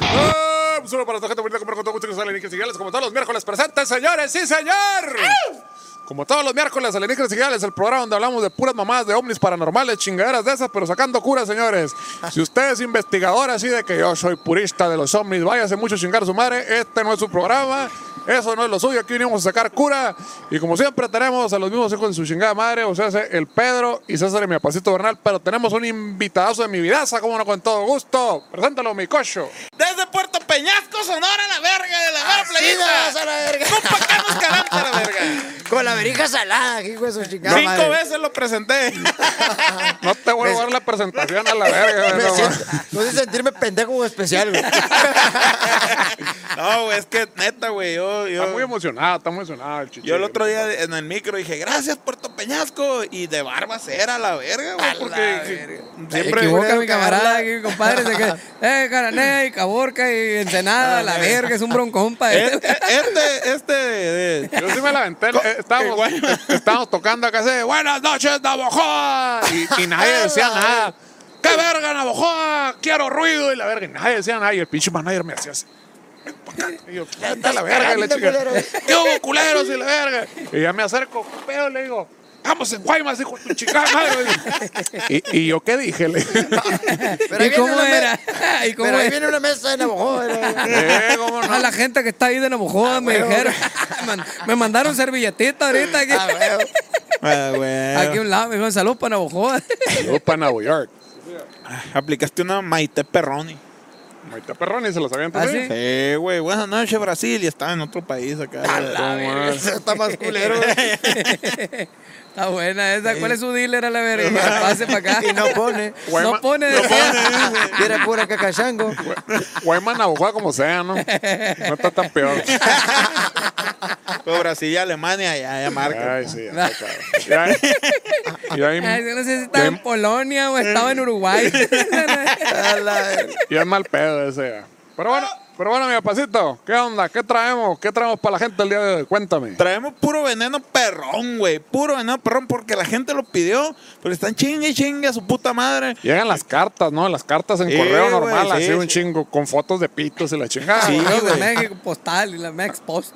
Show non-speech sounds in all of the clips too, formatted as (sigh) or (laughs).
¡Ah! Solo para la gente bonita, como no, con todo gusto que nos sale alienígenas Iguales, como todos los miércoles presentes, señores, sí, señor. Como todos los miércoles, Alienígenas Iguales, el programa donde hablamos de puras mamadas, de ovnis paranormales, chingaderas de esas, pero sacando curas, señores. Si usted es investigador así de que yo soy purista de los ovnis, váyase mucho a chingar a su madre, este no es su programa, eso no es lo suyo, aquí venimos a sacar cura. Y como siempre tenemos a los mismos hijos de su chingada madre, o sea, el Pedro y César y mi apacito Bernal, pero tenemos un invitadazo de mi vidaza, como no, con todo gusto. Preséntalo, mi cocho. Desde Puerto Peñasco, Sonora, la verga, de la verga, Así playita. te vas a la verga. Compa Carlos Calanta, (laughs) la verga. Con la verija salada, hijo de su chingada. Cinco madre. veces lo presenté. No te vuelvo a dar la presentación a la verga. (laughs) Me no, siento, no sé sentirme pendejo o especial, (laughs) güey. no, güey, es que neta, güey, yo, yo, Está muy emocionado, está emocionado el chichi. yo el otro día en el micro dije, gracias Puerto Peñasco, y de barba cera, la verga, güey, la porque Se siempre... equivoca mi camarada, aquí, mi compadre. Se queda, eh, Carané, y Caborca, y Ah, Ensenada, la verga, es un broncón para Eh, (laughs) él. eh, Este, este, de- Yo sí me la aventé. eh, Estábamos, Igual. (laughs) estábamos tocando acá así, buenas noches, Navojoa. Y, y (laughs) nadie decía nada. ¡Qué verga, Navojoa! ¡Quiero ruido! Y la verga, y nadie decía nada. Y el pinche manager me hacía así. "Ven pa' acá". Y yo, "Vete a la verga, y la Ande, chica. culero. (laughs) ¡Qué hubo, culeros! Y la verga. Y ya me acerco, "¿Qué pedo? Le digo, vamos en Guaymas, hijo de tu chingada (laughs) madre. Y, y yo, ¿qué dije? Le dije, (laughs) Pero ahí ¿Y viene cómo una me- (laughs) era? ¿Y cómo Pero ahí era? viene una mesa de Navajo. (laughs) "Eh, ¿cómo no?". A la gente que está ahí de Navajoa me huevo. dijeron, (laughs) man- me mandaron servilletita ahorita aquí, Ah, Ah, güey. aquí a un lado, me dijeron, salud para Navajoa. Yo para Nueva York. Aplicaste una maite perroni. Maite Perroni se los avienta. ¿Ah, así. sí? Sí, güey, buenas noches Brasil, y estaba en otro país acá. Eso está más culero. (laughs) (laughs) Está buena esa, ¿cuál es su dealer a (laughs) la verga? Pase para acá. Y no pone. Guayma- No pone, Tiene pura cacachango. Guaymas, Navajoa, como sea, ¿no? No está tan (laughs) peor. Pero Brasil y Alemania, ya, ya marca. Ay, sí, ya está cabrón. Ya- ya hay- Ay, yo no sé si estaba en Polonia o estaba en Uruguay. (laughs) A la- ya es mal pedo ese. ya. Pero bueno, pero bueno, mi papacito, ¿qué onda? ¿Qué traemos? ¿Qué traemos para la gente el día de hoy? Cuéntame. Traemos puro veneno perrón, güey. Puro veneno perrón porque la gente lo pidió. Pero están chingue y chingue a su puta madre. Llegan las cartas, ¿no? Las cartas en Sí, correo güey, normal, sí, así sí. un chingo, con fotos de pitos y la chingada. Sí, Los de güey. México, postal y la Mex Post.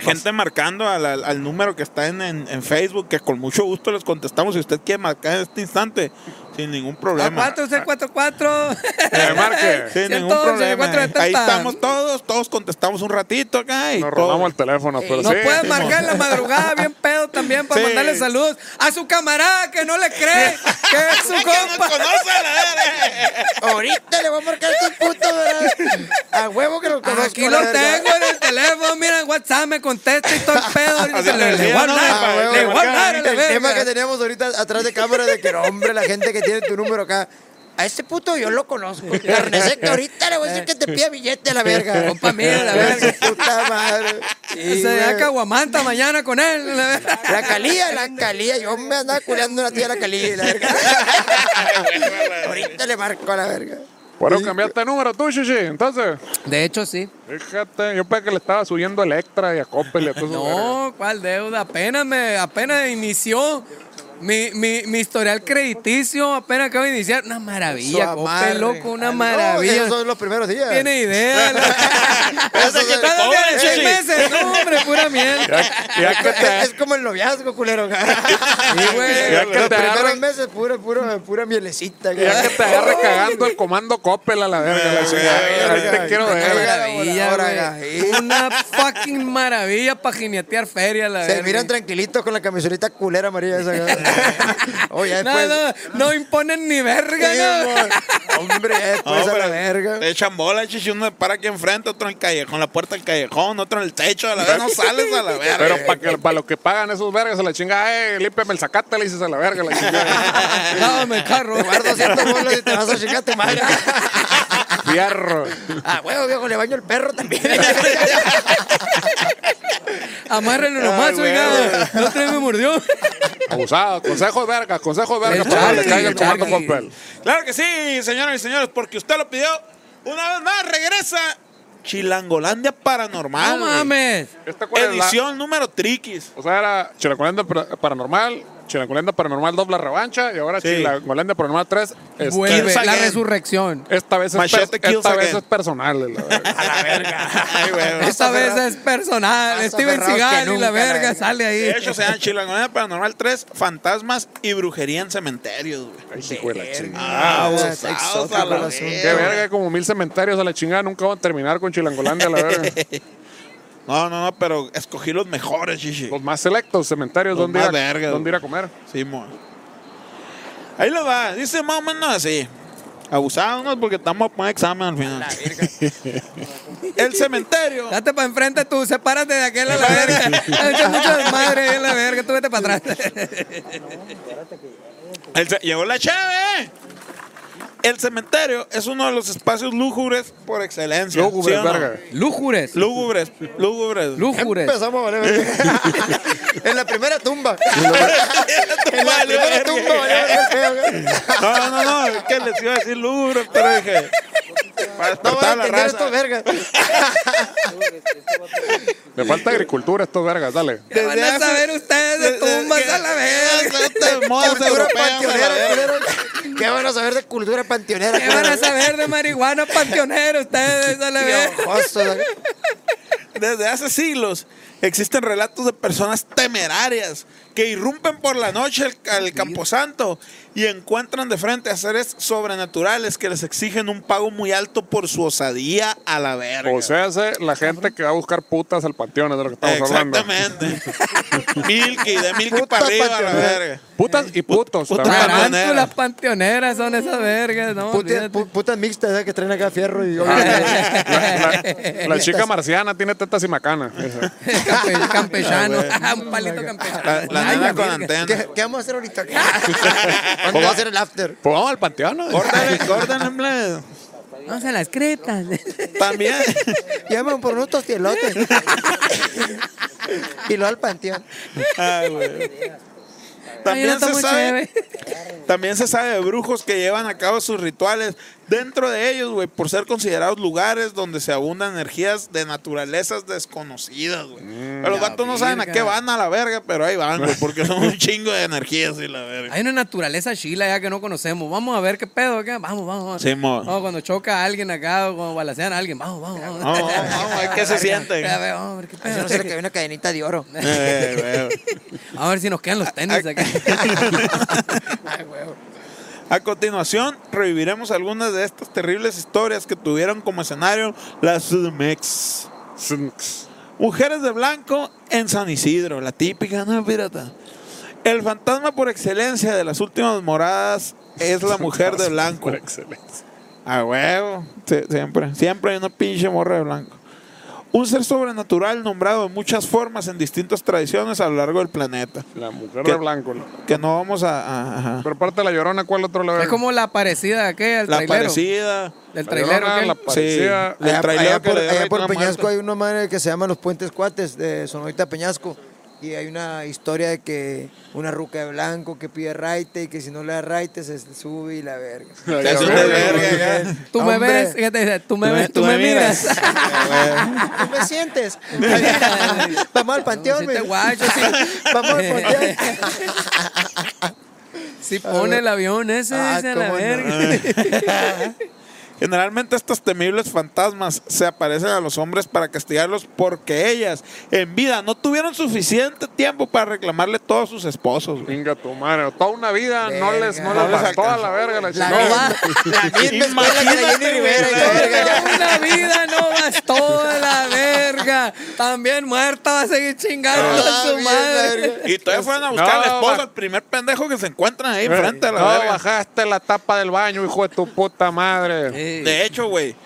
Gente marcando al, al- al número que está en, en- en Facebook, que con mucho gusto les contestamos si usted quiere marcar en este instante. Sin ningún A problema. 4644. Que marque. Sin ningún 111, problema. 470. Ahí estamos todos, todos contestamos un ratito acá. Y Nos todo. robamos el teléfono, pero Nos sí. pueden Simón. marcar en la madrugada bien pedo también para Sí. mandarle saludos a su camarada que no le cree que es su Ay, (laughs) que nos compa. conoce, a la verga. Ahorita le voy a marcar este puto, ¿verdad? A huevo que lo conozco. Pues Aquí la lo verga. tengo en el teléfono, mira, en WhatsApp me contesta y todo el pedo. ahorita Así le, te le decía, voy a ¿no? hablar, Ah, güey, le voy a marcar hablar a la El tema que verga. teníamos ahorita atrás de cámara de que, no, hombre, la gente que tiene tu número acá. A este puto yo lo conozco. Carnesec, que ahorita le voy a Eh. decir que te pida billete a la verga. Compa mía, la verga. Puta madre. Sí, Se da güey. caguamanta mañana con él. la verga. La calía, la calía. Yo me andaba culeando una tía de la calía, la (laughs) verga. ahorita le marco a la verga. Bueno, cambiaste de número tú, Shishi. Entonces, De hecho, sí. fíjate, yo pensé que le estaba subiendo a Electra y a Coppel y a Pues, todo eso. No, ¿cuál deuda? Apenas me, apenas inició mi, mi, mi historial crediticio, apenas acabo de iniciar. Una maravilla, Su compa, amarre. Ah, loco, una No, maravilla. esos son los primeros días. Tiene (laughs) idea. la- Eso que te ¿Cuándo cobran, tiene? seis Chichi. meses. No, hombre, pura mierda. Ya, (laughs) ya que te, (laughs) Es como el noviazgo, culero. Sí, güey. Ya que Los te agarre- primeros meses, pura, pura, pura mielecita. Ya que te agarre cagando el comando Coppel a la verga, la chingada. Ahí te quiero Una ver. maravilla, Ahora, güey. ahora, ahí. Una fucking maravilla para jinetear feria, la Se verga. (laughs) miran tranquilitos con la camisolita culera amarilla esa. güey. Oye, Oh, pues, ya No, después. no, no imponen ni verga, no. Sí, güey. Hombre, ya después Pues, No, a la pero verga. Te (laughs) echan bola, chichi. Uno para aquí enfrente, otro en el callejón, la puerta del callejón, otro en el techo. A la vez no sales a la verga. Pero para lo que pagan esos vergas, a la chingada, eh, límpiame el zacate, le dices a la verga, la (laughs) chingada. (laughs) Lávame el carro. Te guardo (laughs) 200 bolas y te vas a chingar a tu madre. Fierro. Ah, huevo, viejo, le baño el perro también. Ah, Amárrenlo nomás, Ay, oiga. No te me mordió. (laughs) Abusado. Consejos vergas, consejos vergas El para que le Charlie, caiga el comando Charlie. Compel. Claro que sí, señoras y señores, porque usted lo pidió. Una vez más, regresa Chilangolandia Ah, No Paranormal. güey. mames. ¿Esta cuál es Este la- Edición número triquis. O sea, era Chilacolenda Par- Paranormal, Chilacolenda Paranormal Dobla Revancha y ahora Sí. Chilacolenda Paranormal 3. Pues, Este, Vuelve la again. resurrección. Esta vez es, Machete pers- kills esta vez again. es personal. la verdad. (laughs) Ay, güey. Esta vez aferrado- es personal. más Steven aferrados que Seagal y nunca, la verga la- sale De ahí. hecho, se llama Chilangolandia Paranormal 3, Fantasmas y Brujería en Cementerios, güey. Ay, hijo de la chingada. Ah, está abusados exótico a la el asunto. Qué verga, como mil cementerios a la chingada. Nunca van a terminar con Chilangolandia, la (laughs) verga. No, no, no, pero escogí los mejores, Gigi. Los más selectos cementerios, Los ¿dónde, más ir a, verga, dónde güey. ir a comer? Sí, mo. Ahí lo va, dice más o menos así. Abusábamos porque estamos a poner examen al final. (laughs) El cementerio. Date para enfrente tú, sepárate de aquel a la verga. (laughs) (laughs) Está hecho mucho desmadre ahí a la verga, tú vete para atrás. El ce- llegó la chave. El cementerio es uno de los espacios lúgubres por excelencia. Lúgubre, ¿sí o no? verga. Lújures. Lúgubres, lúgubres. (laughs) Lújures. Empezamos a valer verga. En la primera tumba. En la Vale, primera verga. tumba valió verga el pedo, güey. No, no, no, es que les iba a decir lúgubres, pero dije. Para No despertar van a a la entender raza. esto, verga. Me falta agricultura estos vergas, dale. ¿Qué van a saber ustedes de tumbas a la verga? De modas Cultura europeas a la panteonera, verga. culero. ¿Qué van a saber de cultura panteonera? ¿Qué van a saber de marihuana panteonera ustedes a la verga? Desde hace siglos existen relatos de personas temerarias que irrumpen por la noche al, al Camposanto y encuentran de frente a seres sobrenaturales que les exigen un pago muy alto por su osadía a la verga. O sea, hace la gente que va a buscar putas al panteón, es de lo que estamos hablando. Exactamente. (laughs) Milky, de Milky Puta para arriba a la panteonera. verga. Putas y putos. puta también. madre. Tarántulas panteoneras son esas vergas, no, Putas, olvídate. (laughs) pu- putas mixtas ¿eh? que traen acá fierro y La, la- (laughs) la chica marciana tiene tetas y macana. Esa. Campe- campechano, Ah, un palito campechano. La, la Ay, nena con verga. antena. ¿Qué, qué vamos a hacer ahorita? ¿Dónde va a ser el after? Pues vamos al panteón, ¿no? Córtale, córtale, hombre. Vamos a las crepas. También. (laughs) Llaman por unos tostielotes. y luego al panteón. Ay, güey. Ay, También está se muy sabe. chévere. También se sabe de brujos que llevan a cabo sus rituales dentro de ellos, güey, por ser considerados lugares donde se abundan energías de naturalezas desconocidas, güey. Pero los vatos no saben a verga. qué van a la verga, pero ahí van, güey, porque son un chingo de energías y la verga. Hay una naturaleza chila ya que no conocemos. Vamos a ver qué pedo acá. Vamos, vamos, vamos. Sí, mo. Vamos, cuando choca a alguien acá o cuando balacean a alguien. Vamos, vamos, vamos. Vamos, vamos, vamos, a ver qué se (laughs) siente. A ver, vamos a ver qué pedo. Yo sé que hay una cadenita de oro. Eh, güey. A ver si nos quedan los tenis (laughs) acá. A continuación, reviviremos algunas de estas terribles historias que tuvieron como escenario las Sumex. Mujeres de blanco en San Isidro, la típica, ¿no, pirata? El fantasma por excelencia de las últimas moradas es la mujer de blanco. Por excelencia. A huevo, Sí, siempre, siempre hay una pinche morra de blanco. Un ser sobrenatural nombrado de muchas formas en distintas tradiciones a lo largo del planeta. La mujer ¿Qué? de blanco. Que no vamos a... a- ajá. Pero parte de la llorona, ¿cuál otro la Es verga? como la parecida de aquella, el La trailero. parecida. Del La trailero. llorona, aquel. la parecía. Sí. El Allá, trailero allá que por, le dio allá ahorita por la Peñasco muerte. hay una madre que se llama Los Puentes Cuates de Sonorita Peñasco. Y hay una historia de que una ruca de blanco que pide raite y que si no le da raite se sube y (laughs) la verga. Ya es ves, una güey. verga, ya. Tú me Hombre, ves, fíjate, dice, tú me ves, tú me miras. ¿Tú me (laughs) sientes? (laughs) Vamos al panteón, Sí güey. te guacho, sí. (laughs) Vamos al panteón. (laughs) Si pone el avión ese, Ah, dice, a la cómo no. verga. Generalmente estos temibles fantasmas se aparecen a los hombres para castigarlos porque ellas en vida no tuvieron suficiente tiempo para reclamarle todos sus esposos. güey. Venga tu madre. Toda una vida no Verga. les, no No les les bastó a alcanzó. la verga la La chingada. Eh, misma, la misma escuela que la Imagínate, Jenny Rivera y la güey. verga. ya. Una vida no bastó de la verga. También muerta va a seguir chingando a Todavía su es Ah, la madre. verga. Y todavía fueron a buscar a la No, esposa, va- al primer pendejo que se encuentran ahí Eh, frente a la no verga. bajaste la tapa del baño, hijo de tu puta madre. Eh, De hecho, güey,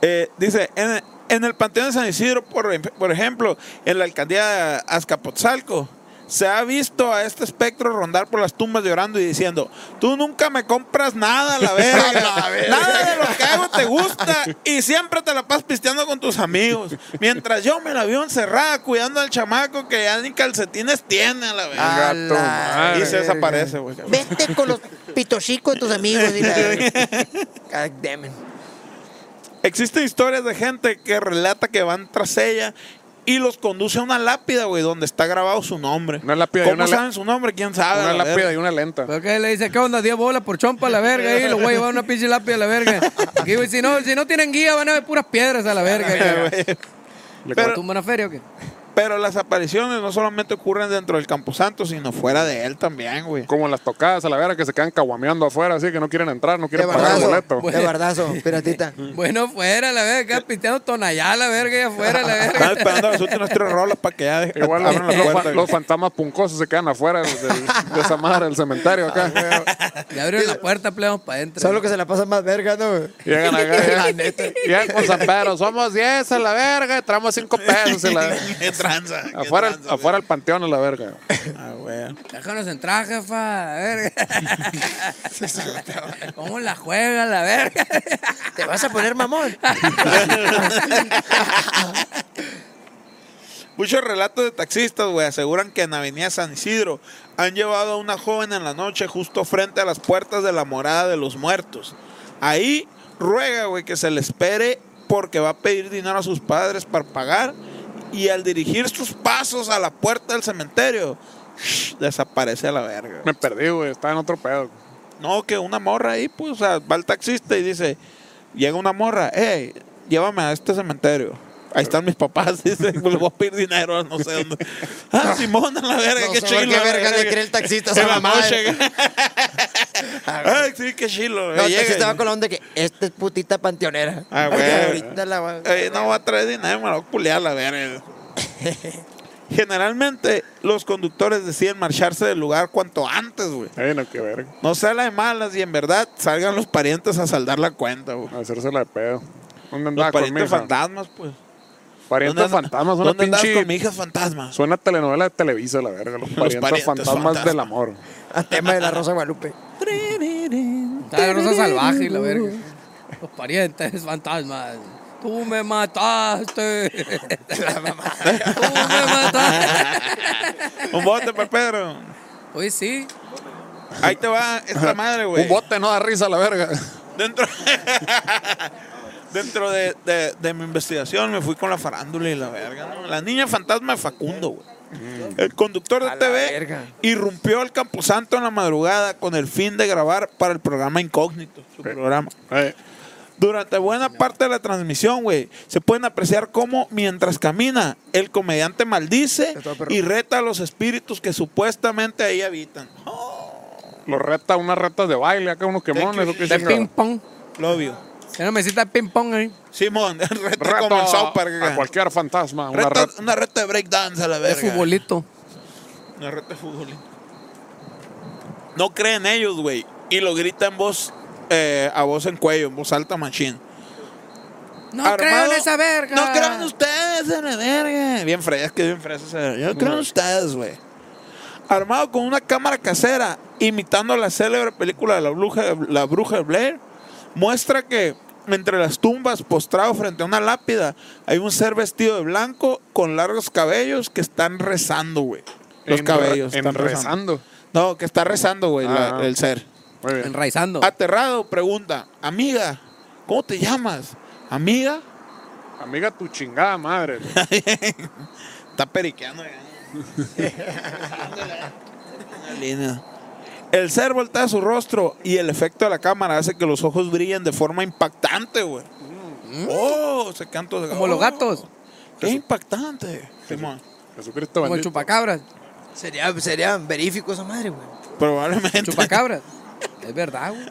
eh, dice, en, en el Panteón de San Isidro, por, em- por ejemplo, en la alcaldía de Azcapotzalco, se ha visto a este espectro rondar por las tumbas llorando y diciendo, tú nunca me compras nada, (laughs) la verga. nada de lo que hago te gusta y siempre te la pasas pisteando con tus amigos. Mientras yo me la veo encerrada cuidando al chamaco que ya ni calcetines tiene, a la verga. A gato, la madre. y se verga. desaparece, güey. cabrón. Vete con los pitochicos de tus amigos. y la- (laughs) God damn it. Existen historias de gente que relata que van tras ella y los conduce a una lápida, güey, donde está grabado su nombre. Una lápida y ¿Cómo una la- saben su nombre? ¿Quién sabe? Una la lápida verga? y una lenta. ¿Por qué le dice, ¿qué onda? 10 bolas por chompa a la verga y lo voy a llevar una pinche lápiz a la verga. Aquí, güey, si no, si no tienen guía, van a ver puras piedras a la Ah, verga. Le ¿Pero corto. tumban a feria o qué? Pero las apariciones no solamente ocurren dentro del Camposanto, sino fuera de él también, güey. Como las tocadas a la verga que se quedan caguameando afuera, así que no quieren entrar, no De quieren pagar el boleto. bardazo, de bardazo, piratita. (laughs) Bueno, fuera la verga, acá pisteando tonallá la verga y afuera la Están verga. (laughs) esperando las últimas tres rolas para que ya de- Igual los, abran la los puerta. fan- los fantasmas puncosos se quedan afuera del- del- de esa madre del cementerio acá. Le abrieron la puerta, plebamos para adentro. Solo que se la pasan más verga, ¿no? Llegan (laughs) acá. Llegan, llegan con San Pedro. Somos 10 a la verga. Traemos 5 pesos. y (laughs) la- Qué tranza, qué afuera, tranza, güey. afuera el panteón a la verga. Ah, güey. Déjanos entrar, jefa, la (laughs) verga. ¿Cómo la juega la verga? Te vas a poner (laughs) mamón. Muchos relatos de taxistas, güey, aseguran que en Avenida San Isidro han llevado a una joven en la noche justo frente a las puertas de la morada de los muertos. Ahí ruega, güey, que se le espere porque va a pedir dinero a sus padres para pagar y al dirigir sus pasos a la puerta del cementerio, desaparece a la verga. Me perdí, güey. Estaba en otro pedo. No, que una morra ahí, pues, o sea, va el taxista y dice, llega una morra, hey, llévame a este cementerio. Ahí están mis papás, (laughs) dice, pues, le voy a pedir dinero, no sé dónde. Ah, (laughs) Simón, a la verga, No qué sé chilo. por qué a la verga le cree el taxista a Se esa mamó, mamada. (laughs) llega. Ay, sí, qué chilo. eh, No, llega. el estaba con la onda que esta es putita panteonera. Ah, Porque güey. Ahorita la va- Ey, no voy a traer dinero, me lo voy a culear la verga. (laughs) Generalmente, los conductores deciden marcharse del lugar cuanto antes, güey. Ay, no, qué verga. No sea la de malas y en verdad salgan los parientes a saldar la cuenta, güey. A Hacerse la de pedo. ¿Dónde Los andaba parientes conmigo? fantasmas, pues. Parientes ¿Dónde- fantasmas. Una ¿Dónde andabas pinche. con mi hija fantasma? Suena a telenovela de Televisa, la verga. Los parientes, parientes fantasmas fantasmas. del amor. A tema de la Rosa de Guadalupe. Está la rosa salvaje y la verga. Los parientes fantasmas. Tú me mataste. Tú me mataste. (laughs) Un bote para Pedro. Oye, sí. Ahí te va esta madre, güey. Un bote no da risa, la verga. Dentro, (laughs) dentro de, de- de mi investigación me fui con la farándula y la verga. ¿no? La niña fantasma de Facundo, güey. El conductor de A la verga. TV irrumpió al Camposanto en la madrugada con el fin de grabar para el programa Incógnito, su programa. Eh, Durante buena parte de la transmisión, güey, se pueden apreciar cómo mientras camina, el comediante maldice Está perro. y reta a los espíritus que supuestamente ahí habitan. los reta, unas retas de baile, acá unos quemones. ¿o qué De chingado? ping pong. Lo vio. Era una mesita de ping pong ahí. Simón, (laughs) reta Reto como el South Park, a acá. cualquier fantasma. Una Reta- reta. una reta de breakdance a la De verga. futbolito. Una reta de futbolín. No creen ellos, güey. Y lo grita en voz, eh, a voz en cuello, en voz alta machín. No Armado- creo en esa verga. No crean ustedes en la verga. Bien fresas, que bien fresas. eh. Yo no Mm. creo en ustedes, güey. Armado con una cámara casera, imitando la célebre película de la bruja, la bruja de Blair, muestra que entre las tumbas, postrado frente a una lápida, hay un ser vestido de blanco con largos cabellos que están rezando, güey. Los En- cabellos. en están rezando. No, que está rezando, güey, la- Ah. el ser. Muy bien. Enraizando. Ah, Aterrado, pregunta, amiga, ¿cómo te llamas? Amiga, Amiga, tu chingada (laughs) madre. Está periqueando ya. Línea. El ser voltea su rostro y el efecto de la cámara hace que los ojos brillen de forma impactante, güey. Oh, se canto de Como los gatos. Qué impactante. Simón. Jesucristo Como el bendito. chupacabras. Sería, sería verífico esa madre, güey. Probablemente. Chupacabras. Es verdad, güey.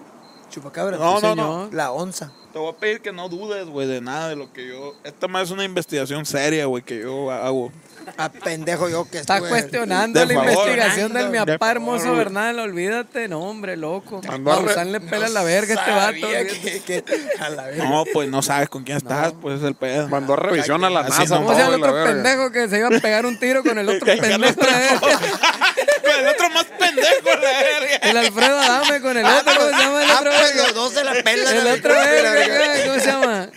Chupacabra. No, sí, no, señor. La onza. Te voy a pedir que no dudes, güey, de nada de lo que yo. Esta más es una investigación seria, güey, que yo hago. A pendejo yo que Está estuve. cuestionando De la favor. investigación del mi De apá favor, hermoso güey. Bernal, olvídate, no hombre, loco. Andó a re- Maussan le pela la verga a este vato. Sabía olvídate. que- que- a la verga. (laughs) No, pues no sabes con quién estás, pues es el pedo. (laughs) Mandó revisión a la Así NASA. no. ¿Cómo se llama el todo, otro la verga. pendejo que se iba a pegar un tiro con el (laughs) otro Que ganó pendejo? otro de- Con el otro más pendejo, la verga. El Alfredo Adame con el otro, ¿cómo se llama el Ah, otro? pues los dos se la pelan. El a la otro verga, la verga. verga, ¿cómo se llama?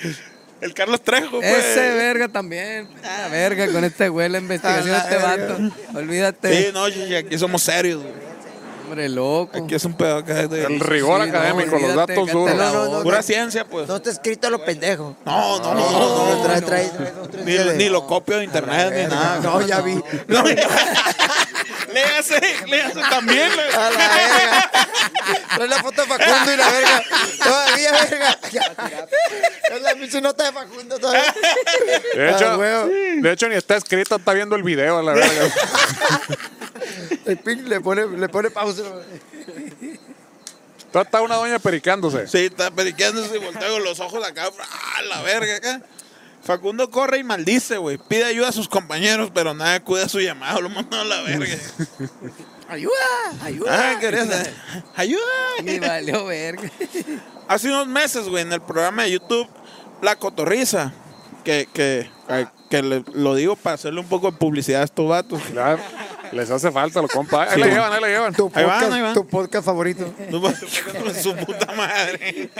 El Carlos Trejo, pues. Ese verga también. La verga con este güey, la investigación de A la este verga. vato. Sí, Olvídate. no, Gigi, aquí somos serios, güey. Oh. Hombre, loco. Aquí es un pedo acá de- El rigor Sí, no, académico, los olvídate, datos duros. cántalo. No, no, no, Pura no. ciencia, pues. No está escrito a los pendejos. No, no, no, No, no, no, trae, trae, trae dos, tres Ni, días de- Ah, ni lo copio de internet ni nada. No, ya vi. No, (laughs) léase, léase también. le- A la verga. Trae la foto de Facundo y la verga. Todavía, verga. Es la pinche nota de Facundo todavía. De Ah, hecho, huevo. de hecho, ni está escrito, está viendo el video, la verga. El ping le pone, le pone pausa. Está- Está una doña pericándose. Sí, está periqueándose y volteo con los ojos acá. ¡Ah, la verga acá! Facundo corre y maldice, güey. Pide ayuda a sus compañeros, pero nada acude a su llamado. Lo mandó a la verga. Ayuda, ayuda. ah, querías. Ni ¡Ayuda! valió verga. Hace unos meses, güey, en el programa de YouTube, La Cotorriza, que, que, Ah. ay, que le- lo digo para hacerle un poco de publicidad a estos vatos. Claro, (laughs) les hace falta los compas. Ahí Sí. la llevan, ahí la llevan. Tu Ahí van, podcast, ahí van. tu podcast favorito. No, (laughs) su puta madre.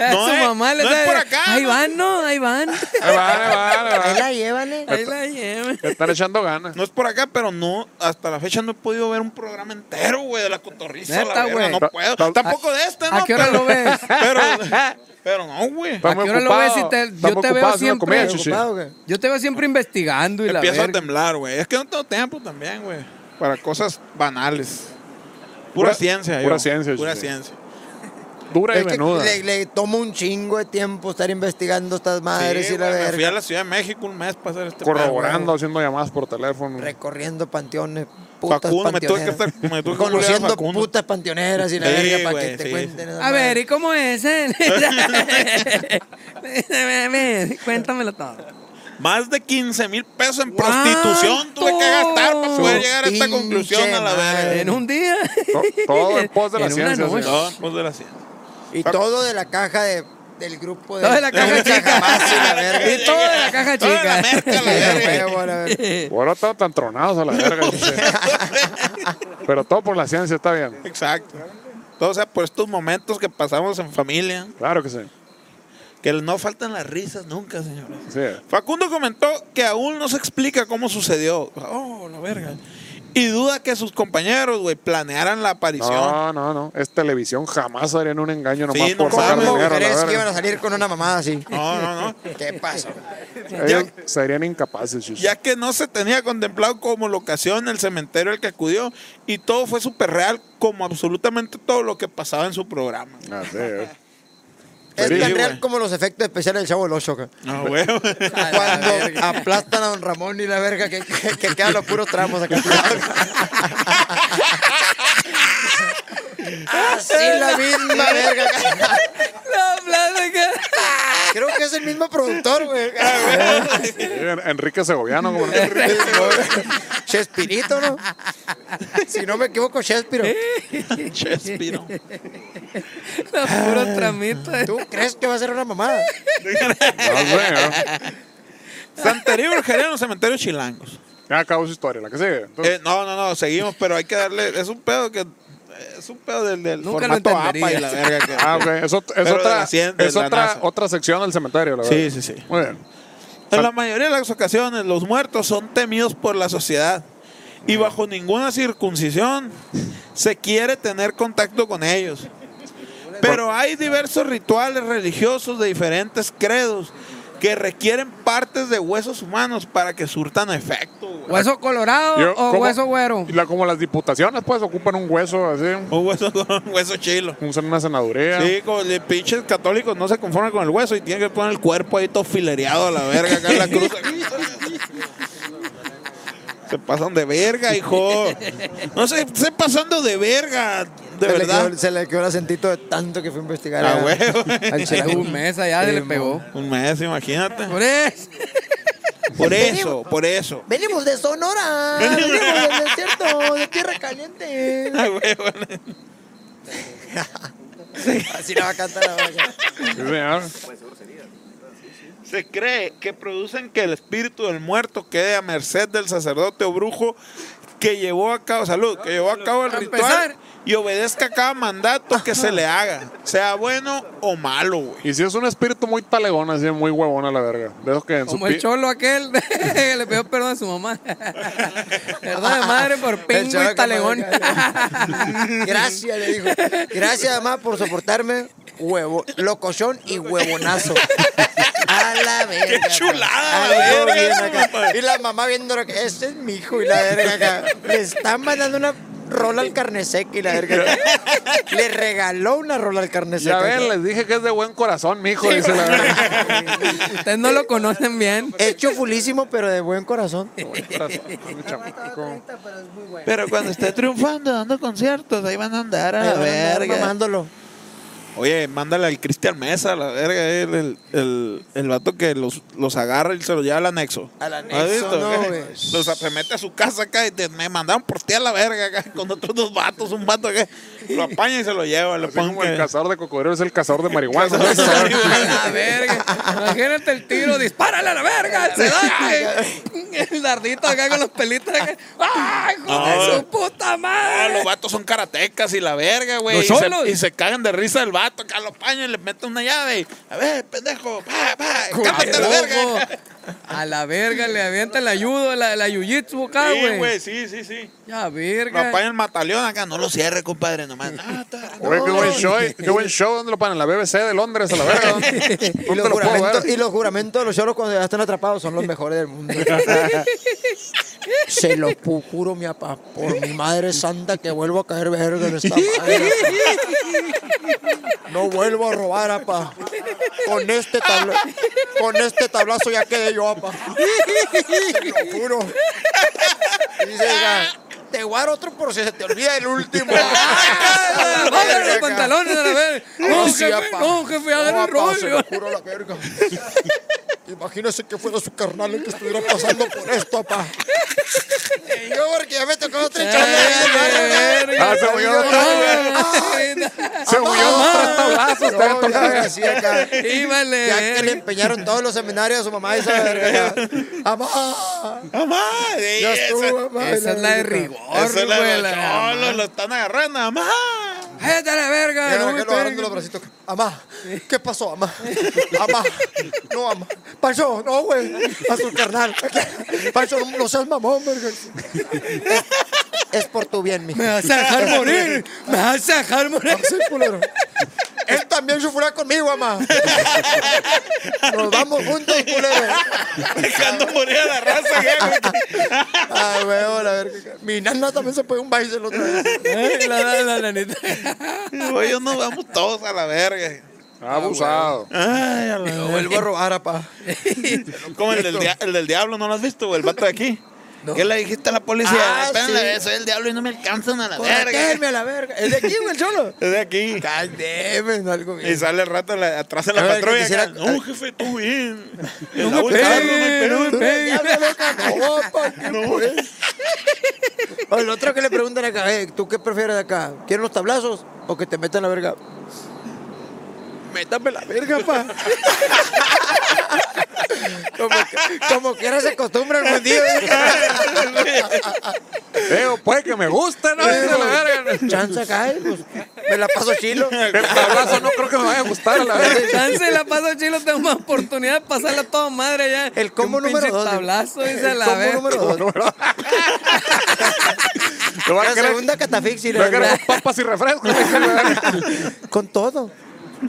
A No, su eh, mamá le no es sabe- por acá, Ahí ¿no? van, no, (laughs) ahí van. Ahí van, ahí van, ahí van. (laughs) Ahí la llevan, eh. Ahí la llevan. Le Están echando ganas. No es por acá, pero no, hasta la fecha no he podido ver un programa entero, güey, de la cotorriza. Neta, la verga, güey. No Ta- puedo. ta- Tampoco de esta, ¿A ¿no? qué hora pero, lo ves? (laughs) Pero, pero no, güey. ¿A Está muy qué hora lo ves si ocupado. te- Está yo muy te veo ocupado haciendo siempre. comida, chichi. Ocupado, güey. Yo te veo siempre investigando (laughs) y la Empiezo a verga. temblar, güey. Es que no tengo tiempo también, güey. Para cosas banales. Pura, Pura- ciencia, pura yo. ciencia, Pura sí. ciencia. Dura y Es que menuda. le, le toma un chingo de tiempo estar investigando estas madres Sí, y la güey, me fui a verga. la Ciudad de México un mes para hacer este Corroborando, haciendo llamadas por teléfono. Recorriendo panteones, putas Facundo, me tuve que panteoneras. estar. Me tuve que culiar a Conociendo Facundo. putas panteoneras y la Sí, verga para güey, que te sí. cuenten. esas A ver, madres. ¿y cómo es? (laughs) eh? (laughs) Ven, Cuéntamelo todo. Más de 15 mil pesos en prostitución tuve que gastar para poder Su llegar a esta pinche conclusión a la verga. madre. En un día. To- todo en pos de la En una ciencia, noche. No, pues de la ciencia. (laughs) Y Ah. todo de la caja de, del grupo de. Todo de la caja de chica. Cajamás y la verga. Y todo de la caja Todo de la chica. merca, (laughs) la verga. Huevo, la verga. Ahora estamos tan tronados a la verga. chichi. (laughs) Pero todo por la ciencia está bien. Exacto. Todo, o sea, por estos momentos que pasamos en familia, Claro que sí. que no faltan las risas nunca, señores. Sí. Facundo comentó que aún no se explica cómo sucedió. Oh, la verga. Y duda que sus compañeros, güey, planearan la aparición. No, no, no. Es televisión. Jamás harían un engaño nomás Sí, no por sacar mames. ¿Cómo dinero. a la crees que iban verga. a salir con una mamada así? No, no, no. ¿Qué pasó? Ellos serían incapaces. chichi. Ya que no se tenía contemplado como locación el cementerio al que acudió y todo fue súper real como absolutamente todo lo que pasaba en su programa. Así es. Es Sí, tan güey. real como los efectos especiales del Chavo del Ocho. güey. No, Ah, güey. (laughs) Cuando aplastan a Don Ramón y la verga que, que, que quedan los puros tramos acá. Así la misma verga. No, plática. (laughs) Creo que es el mismo productor, güey. Sí, en- Enrique Segoviano. como no. Ah, Chespirito, ¿no? Si no me equivoco, Chespiro. Chespiro. No, puro tramito. eh. ¿Tú crees que va a ser una mamada? No sé, ¿eh? Santería y brujería en los cementerios chilangos. Ya acabó su historia. La que sigue. Entonces, Eh, no, no, no, seguimos, pero hay que darle. Es un pedo que. Es un pedo del, del Nunca lo formato APA y entendería. la verga. Que, ah, ok. Es, ot- es Eh, Pero de otra, la cien- de es la otra, NASA. otra sección del cementerio, la verdad. Sí, sí, sí. Muy bien. En la mayoría de las ocasiones, los muertos son temidos por la sociedad y bajo ninguna circuncisión se quiere tener contacto con ellos. Pero hay diversos rituales religiosos de diferentes credos que requieren partes de huesos humanos para que surtan efecto. güey. ¿Hueso colorado Yo, o como- Oh, hueso (laughs) güero? y la- como las diputaciones, pues, ocupan un hueso así, Un hueso, (laughs) un hueso chilo. usan una senaduría. Sí, como el pinches católicos no se conforman con el hueso y tienen que poner el cuerpo ahí todo filereado a la verga acá en la cruz. se pasan de verga, hijo. No se se pasando de verga, de se Le verdad. quedó, se le quedó el acentito de tanto que fue a investigar. Ah, a- huevo. al Ay, Chilaquil. Un mes allá se le Sí, pegó. Un mes, imagínate. Por eso. Por eso, por eso. Venimos de Sonora, venimos (laughs) del desierto, de tierra caliente. Ah, güey, bueno. Así la va a cantar la vaca. Sí, señor. Se cree que producen que el espíritu del muerto quede a merced del sacerdote o brujo que llevó a cabo salud, que llevó a cabo el Para ritual empezar. y obedezca cada mandato que se le haga, sea bueno o malo, güey. Y si es un espíritu muy talegón, así, muy huevón a la verga. De esos que en Como su el pi- cholo aquel (laughs) que le pidió perdón a su mamá. Perdón de madre por pingo cholo y que talegón. Gracias, le dijo. Gracias, mamá, por soportarme. Huevo, locochón y huevonazo. A la verga. ¡Qué pues. chulada, A la todo verga, bien esa acá. mamá. Y la mamá viendo lo que. Este es mi hijo y la verga acá. Le están mandando una rola al carne seca y la verga. acá. Le regaló una rola al carne seca. Ya ven, acá. les dije que es de buen corazón, mijo, dice la verga. (laughs) (laughs) Ustedes no lo conocen bien. Hecho fulísimo, pero de buen corazón. Ah, Pero cuando esté triunfando, dando conciertos, ahí van a andar a Ahí la van a andar verga. mamándolo. Oye, mándale al Cristian Mesa, a la verga, él, el, el, el vato que los, los agarra y se los lleva al anexo. Al ¿Has anexo, visto? (laughs) no, güey. Los a- se mete a su casa acá y te- me mandaron por ti a la verga acá con otros dos vatos, un vato que lo apaña y se lo lleva, le Así ponen como el que- cazador de cocodrilos es el cazador de marihuana. A la verga. Imagínate el tiro, dispárale a la verga, al sedante. El dardito acá con los pelitos acá. ¡Ay, hijo No. de su puta Ah, madre! los vatos son karatecas y la verga, güey. Los Y se, cholos. y se cagan de risa del vato, acá lo apaña y le mete una llave. y, A ver, pendejo, pa, pa, escápate a la (laughs) Ojo. verga. A la verga, le avienta el ayudo, la, la yujitsu Ah, acá, Sí, güey. güey, sí, sí, sí. ya, Lo verga. apaña el mataleón acá, no lo cierre, compadre, nomás. Ah, está- Oye, qué buen show, qué buen show. ¿Dónde lo pagan? En la BBC de Londres, a la verga. ¿Dónde, Y dónde los, lo puedo juramentos, y ver? los juramentos de los cholos cuando ya están atrapados son los mejores del mundo. Se los pu- juro, mi papá, por mi madre santa, que vuelvo a caer verga en esta madre. No vuelvo a robar, papá. Con este, tabla- con este tablazo ya quedé yo, papá. Se lo juro. Y Dice, "Ya, te voy a dar otro por si se te olvida el último. Ah, bájale los pantalones a la verga. No, Sí, jefe, apa. no, jefe, hagan No, el apa, se lo rollo. juro a la (laughs) verga. Imagínese que fuera su carnal el que estuviera pasando por esto, papá. yo porque ya me tocó otra Ay, verga. Ah, se huyó de Ay, Se huyó dos, tres tablazos. te habían tocado. Y vale. Ya que le verga. empeñaron todos los seminarios a su mamá esa verga. Amá. Mamá, sí, Ya esa- estuvo, mamá. Esa es la de rigor, esa es la de güey. los la- cholos, lo están agarrando, ¡ah, mamá. Cállate a la verga. Ya no que me lo agarran peguen. de los bracitos. Amá, ¿qué pasó, amá? Amá, no, amá. Pancho, no, güey. A su carnal. Pancho, no, no seas mamón, verga. Es- Es por tu bien, mijo. Me vas a dejar morir. Me vas a dejar morir. Sí, culero. Él también sufrirá conmigo, mamá. Nos vamos juntos, culero. (laughs) Dejando morir a la raza, ya, güey. Ah, weón, la verga. Mi nana también se pegó un baile el otro día. Ay, La, la, la, la neta. Güey, yo nos vamos todos a la verga. Abusado. Ay, a la Lo vuelvo a robar, apá. Como el del, dia- el del diablo, ¿no lo has visto, güey? El vato de aquí. ¿Qué le dijiste a la policía? Ah, Espérame, sí. soy el diablo y no me alcanzan a la verga. Cortéme a la verga. ¿Es de aquí, güey, el cholo? Es de aquí. Cálleme, algo Y bien. sale el rato la- atrás en la A ver, que patrulla. quisiera- acá, No, jefe, tú bien. No eh. me eh, pegues, no me (laughs) Tú pegues. ya me lo cagó, pa, ¿qué fue? O el otro que le preguntan acá, eh, ¿tú qué prefieres acá? ¿Quieres los tablazos o que te metan la verga? Métame la verga, pa. (laughs) como, que- como quiera se acostumbra el buen día. Digo, pues, puede que me guste, ¿no? Dice la verga. Chanza cae, pues me la paso chilo. El tablazo no creo que me vaya a gustar, a la verga. Chance la paso chilo, tengo más oportunidad de pasarla a toda madre ya. El combo Que un pinche número dos. tablazo, dice el la combo verga. número dos. Lo va a La querer- segunda catafixi. lo va a querer con papas y refrescos. dice la verga. (laughs) Con todo.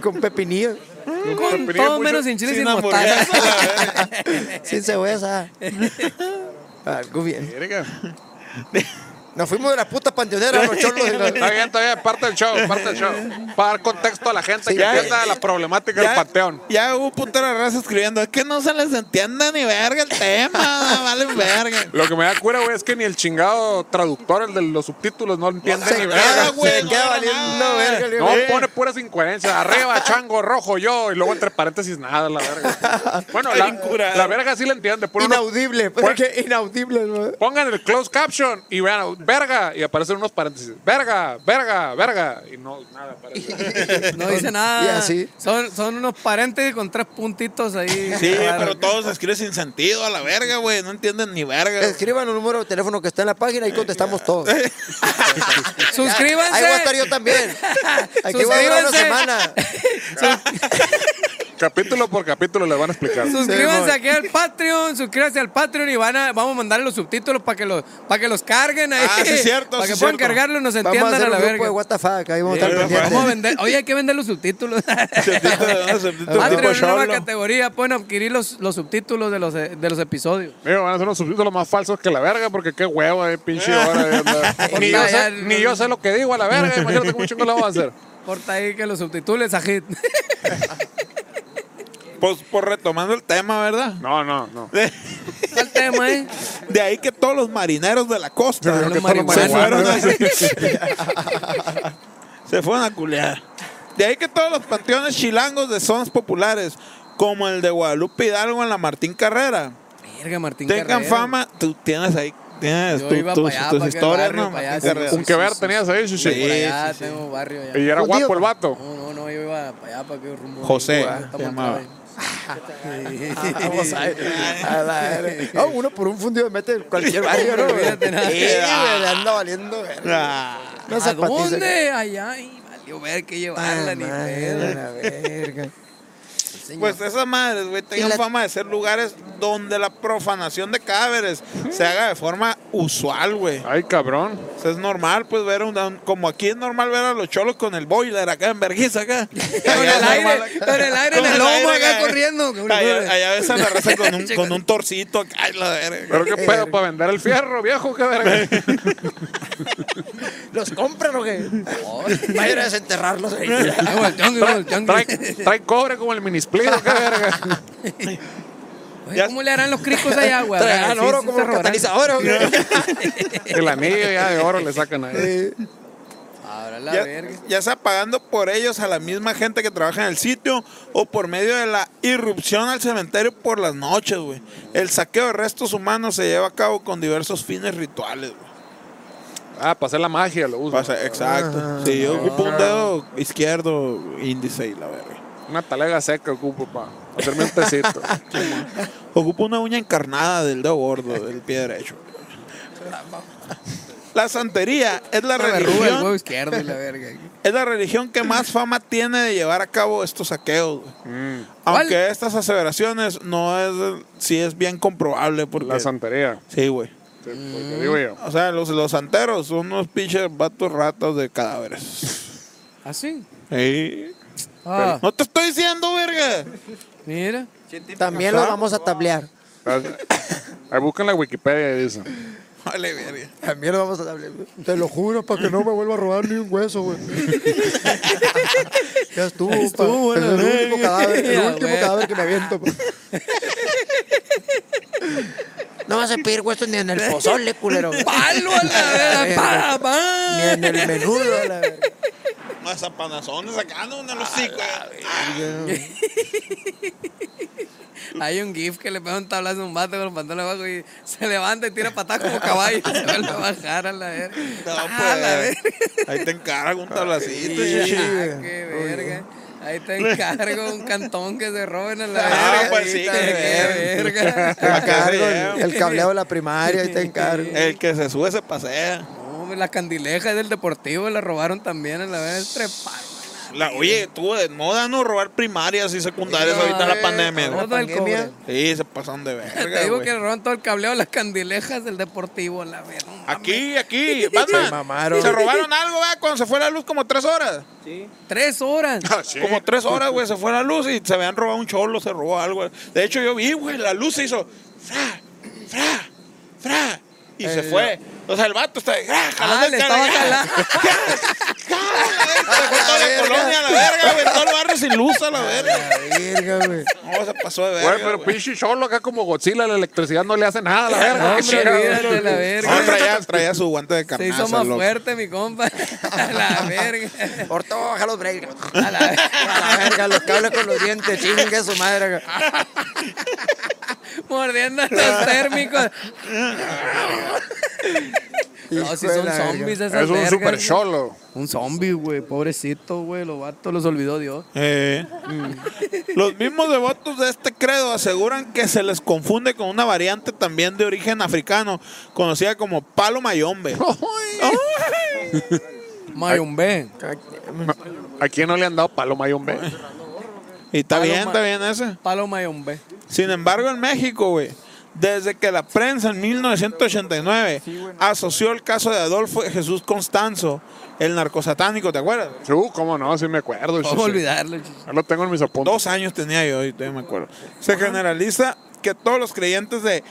Con pepinillo. Con Preferiría todo mucho menos sin chile y pues, sin sin mostaza. hamburguesa, la verga. Sin cebolla asada. Algo bien. Verga. Nos fuimos de la puta panteonera a los cholos. de Está la- bien, está bien, parte del show, parte del show. Para dar contexto a la gente Sí, que ya- entienda la problemática del panteón. Ya hubo un punto de la raza escribiendo, es que no se les entienda ni verga el tema, (laughs) vale verga. Lo que me da cura, güey, es que ni el chingado traductor, el de los subtítulos, no entiende Se ni queda, verga. güey, se no queda era valiendo nada. verga. le No, digo, pone puras incoherencias. Arriba, chango, rojo, yo. Y luego entre paréntesis, nada, la verga. Bueno, Está la, bien curado. la verga sí la entiende. pone unos- Inaudible, pues, pon- que inaudible. ¿no? pongan el closed caption y vean, verga. Y aparecen unos paréntesis. Verga, verga, verga. Y no, nada aparece. No (laughs) dice Y nada. así. Son, son unos paréntesis con tres puntitos ahí. Sí, Claro. pero todo se escribe sin sentido a la verga, güey. No entienden ni verga. güey. Escriban un número de teléfono que está en la página y contestamos todos. Suscríbanse. Ahí voy a (laughs) estar yo también. Aquí voy a durar una Suscríbanse. semana. capítulo por capítulo les van a explicar. (laughs) Suscríbanse Sí, aquí al Patreon, suscríbanse al Patreon y van a, vamos a mandar los subtítulos para que los, para que los carguen ahí. Ah, sí, cierto, Para sí, que puedan cierto. cargarlos y nos Vamos a entiendan a, hacer la un grupo de verga. WTF. Ahí vamos a estar Sí, Vamos a pendientes. vender. Oye, hay que vender los subtítulos. (laughs) Subtítulos, ¿no? Subtítulos tipo Patreon es una cholo. nueva categoría. Pueden adquirir los, los subtítulos de los, eh, de los episodios. Digo, van a ser unos subtítulos más falsos que la verga, porque qué huevo de pinche hora. de andar. ni, yo sé, ni yo sé lo que digo a la verga, imagínate cómo chingo lo voy a hacer. Porta ahí que los subtitules a (laughs) Hit. Pues por retomando el tema, ¿verdad? No, no, no. el tema, eh? De ahí que todos los marineros de la costa Pero se los marihuanos. fueron a- (laughs) se fueron a culear. De ahí que todos los panteones chilangos de zonas populares, como el de Guadalupe Hidalgo en la Martín Carrera, Verga, Martín tengan Carrera. fama. Tú tienes ahí, tienes Yo tu- iba tus, pa' allá, tus pa' aquel historias, barrio, ¿no? pa' allá, Martín sí, Carrera. sí, Un que ver tenías ahí, sí, Por Sí. allá tengo barrio allá. Y era guapo el vato. No, no, no, yo iba para allá, para que rumbo. José, Iba, se estamos llamaba. (laughs) Ah, atrás. Vamos a (laughs) a la verga. No, uno por un fundido mete en (laughs) cualquier barrio, ¿no? Ah. Olvídate nada. Sí, güey, anda valiendo verga. Ah, Una ¿A zapatiza que- dónde? Allá, y valió ver que llevarla, Ah, ni madre, pedo. la verga. Pues esas madres, güey, tengan Y la- fama de ser lugares donde la profanación de cadáveres se haga de forma usual, güey. Ay, cabrón. O sea, es normal, pues, ver un, un- Como aquí es normal ver a los cholos con el boiler acá en vergüenza acá. (laughs) Con Allá el es normal aire, acá. con el aire en Con el lomo aire acá corriendo. que- Allá, allá ves a la raza con (laughs) un, con un torcito acá. ay, la verga. Pero qué Eh, pedo para vender el fierro, viejo, qué verga. (laughs) ¿Los compran o (laughs) qué? Vayan a desenterrarlos ahí. Ahí va "Oh, el tianguis, ahí va el tianguis. Trae, trae cobre como el minisplido, qué (laughs) verga. Oye, ya- ah, ¿Cómo le harán los cricos allá, güey? Traerán oro como los catalizadores. güey. El anillo ya de oro le sacan a él. Ahora la ya, verga. ya sea pagando por ellos a la misma gente que trabaja en el sitio o por medio de la irrupción al cementerio por las noches, güey. El saqueo de restos humanos se lleva a cabo con diversos fines rituales, güey. Ah, para hacer la magia lo usan. O sea, exacto. sí, yo ocupo un dedo izquierdo índice y la verga. Una talega seca ocupo para hacerme un (laughs) tecito. Ocupo una uña encarnada del dedo gordo, del pie derecho. La santería es la La verruga, el huevo religión, izquierdo y la verga. es la religión que más fama tiene de llevar a cabo estos saqueos. güey. Aunque ¿Cuál? estas aseveraciones no es si es bien comprobable porque La santería. sí, güey. Sí, Mm. Porque digo yo. O sea, los, los santeros son unos pinches vatos ratas de cadáveres. ¿Así? Sí. Ah, No te estoy diciendo, verga. mira. También ¿Ah? los vamos a tablear. Ahí buscan la Wikipedia y dicen. Vale, verga. También los vamos a tablear. Te lo juro, para que no me vuelva a robar ni un hueso, (laughs) güey. ya estuvo, pa. estuvo, Es la el último verga. cadáver, el (laughs) Ya, último güey. cadáver que me aviento, pa. No vas a pedir huesos ni en el pozole, culero. (laughs) ¡Palo a la verga! ¡Pa, pa! Ni en el menudo, a la verga. Más zapanazones sacando una hocico. Hay un gif que le pega un tablazo a un vato con los pantalones abajo y se levanta y tira patadas como caballo y se vuelve a bajar a la verga. No, Ah, pues. la verga. Ahí te encargo un tablacito. Sí, chichi. ah, qué verga. Ahí te encargo un cantón que se roben a la Ah, verga. pues sí, Qué qué verga. Te (laughs) encargo lleva. el, ¿eh? el cableado de la primaria y te (laughs) encargo. El que se sube se pasea. No, la candileja del deportivo la robaron también a la verga. Trepar. La, oye, estuvo de moda no robar primarias y secundarias ahorita en eh, la pandemia. güey. Todo el Pandemia. cobre. Sí, se pasan de verga. Te digo güey. que le robaron todo el cableo a las candilejas del deportivo a la verga. No mames. Aquí, aquí, Se Batman. mamaron. Se robaron algo, ¿verdad? Cuando se fue la luz como tres horas. Tres horas. (laughs) Ah, Como tres horas, güey, se fue la luz y se habían robado un cholo, se robó algo. De hecho, yo vi, güey, la luz se hizo fra, fra, fra. Y se fue. O sea, el vato está de. ¡Ah, Ah, le estaba (laughs) (laughs) jalando! jalando. Toda la colonia a la verga, güey. Todo el barrio sin luz a la verga. Verga, güey. No, se pasó de Güey, verga. pero güey. pinche cholo acá como Godzilla, la electricidad no le hace nada a la verga. No, qué hombre, chingado. olvídate la No, verga. Ah, traía, traía su guante de Se carnaza. hizo más loco. fuerte, mi compa. (laughs) A la verga. Ahorita voy a bajar los breaks. A la verga. (laughs) A la verga, los cables con los dientes, chingue su madre. Mordiendo (laughs) los térmicos. Hijo No, si de son la verga. zombies esas Es un vergas, super güey. cholo. Un zombie, güey. Pobrecito, güey. Los vatos los olvidó Dios. Eh, mm. los mismos devotos de este credo aseguran que se les confunde con una variante también de origen africano, conocida como palo (laughs) mayombe. Mayumbe. ¿A quién no le han dado paloma y un B? Y está Palo bien, ma- está bien ese. Palo Mayumbe. Sin embargo, en México, güey, desde que la prensa en 1989 asoció el caso de Adolfo Jesús Constanzo, el narcosatánico, ¿te acuerdas? Uh, cómo no, sí me acuerdo. Pues sí, sí. ¿Cómo olvidarlo? Ya Ah, lo tengo en mis apuntes. Dos años tenía yo, y todavía me acuerdo. Se generaliza que todos los creyentes de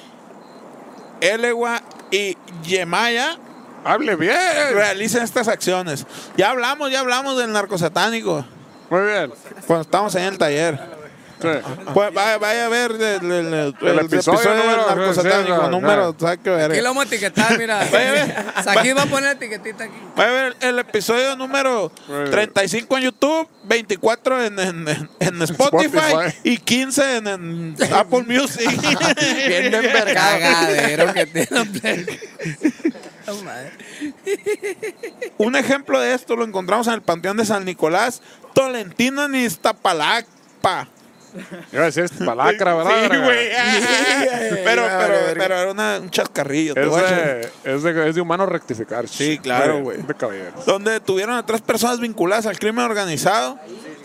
Elewa y Yemaya ¡Hable bien! realicen estas acciones. Ya hablamos, ya hablamos del narcosatánico Muy bien. cuando estábamos ahí en el taller. Sí. Pues vaya, vaya a ver el, el- el- el episodio episodio, del número- narcosatánico, sí, sí, número, ¿sabes qué verga? Aquí lo vamos a etiquetar, mira. (laughs) Oye, Aquí va a poner la etiquetita aquí. Vaya a ver el episodio número 35 en YouTube, 24 en, en- en- en Spotify, Spotify. y 15 en, en Apple Music. Bien de envergado. Cagadero que tiene. No, Oh, madre. Un ejemplo de esto lo encontramos en el Panteón de San Nicolás, Tolentino en Iztapalapa. Iba a decir "Este Ah, palacra, ¿verdad? (laughs) Sí, verga? güey. pero, Ah, vale, pero, verga. pero era una- un chascarrillo. (laughs) te Es voy a echar. de, es, de, es de humano rectificar. Sí, claro, De- güey. De caballeros. Donde tuvieron a tres personas vinculadas al crimen organizado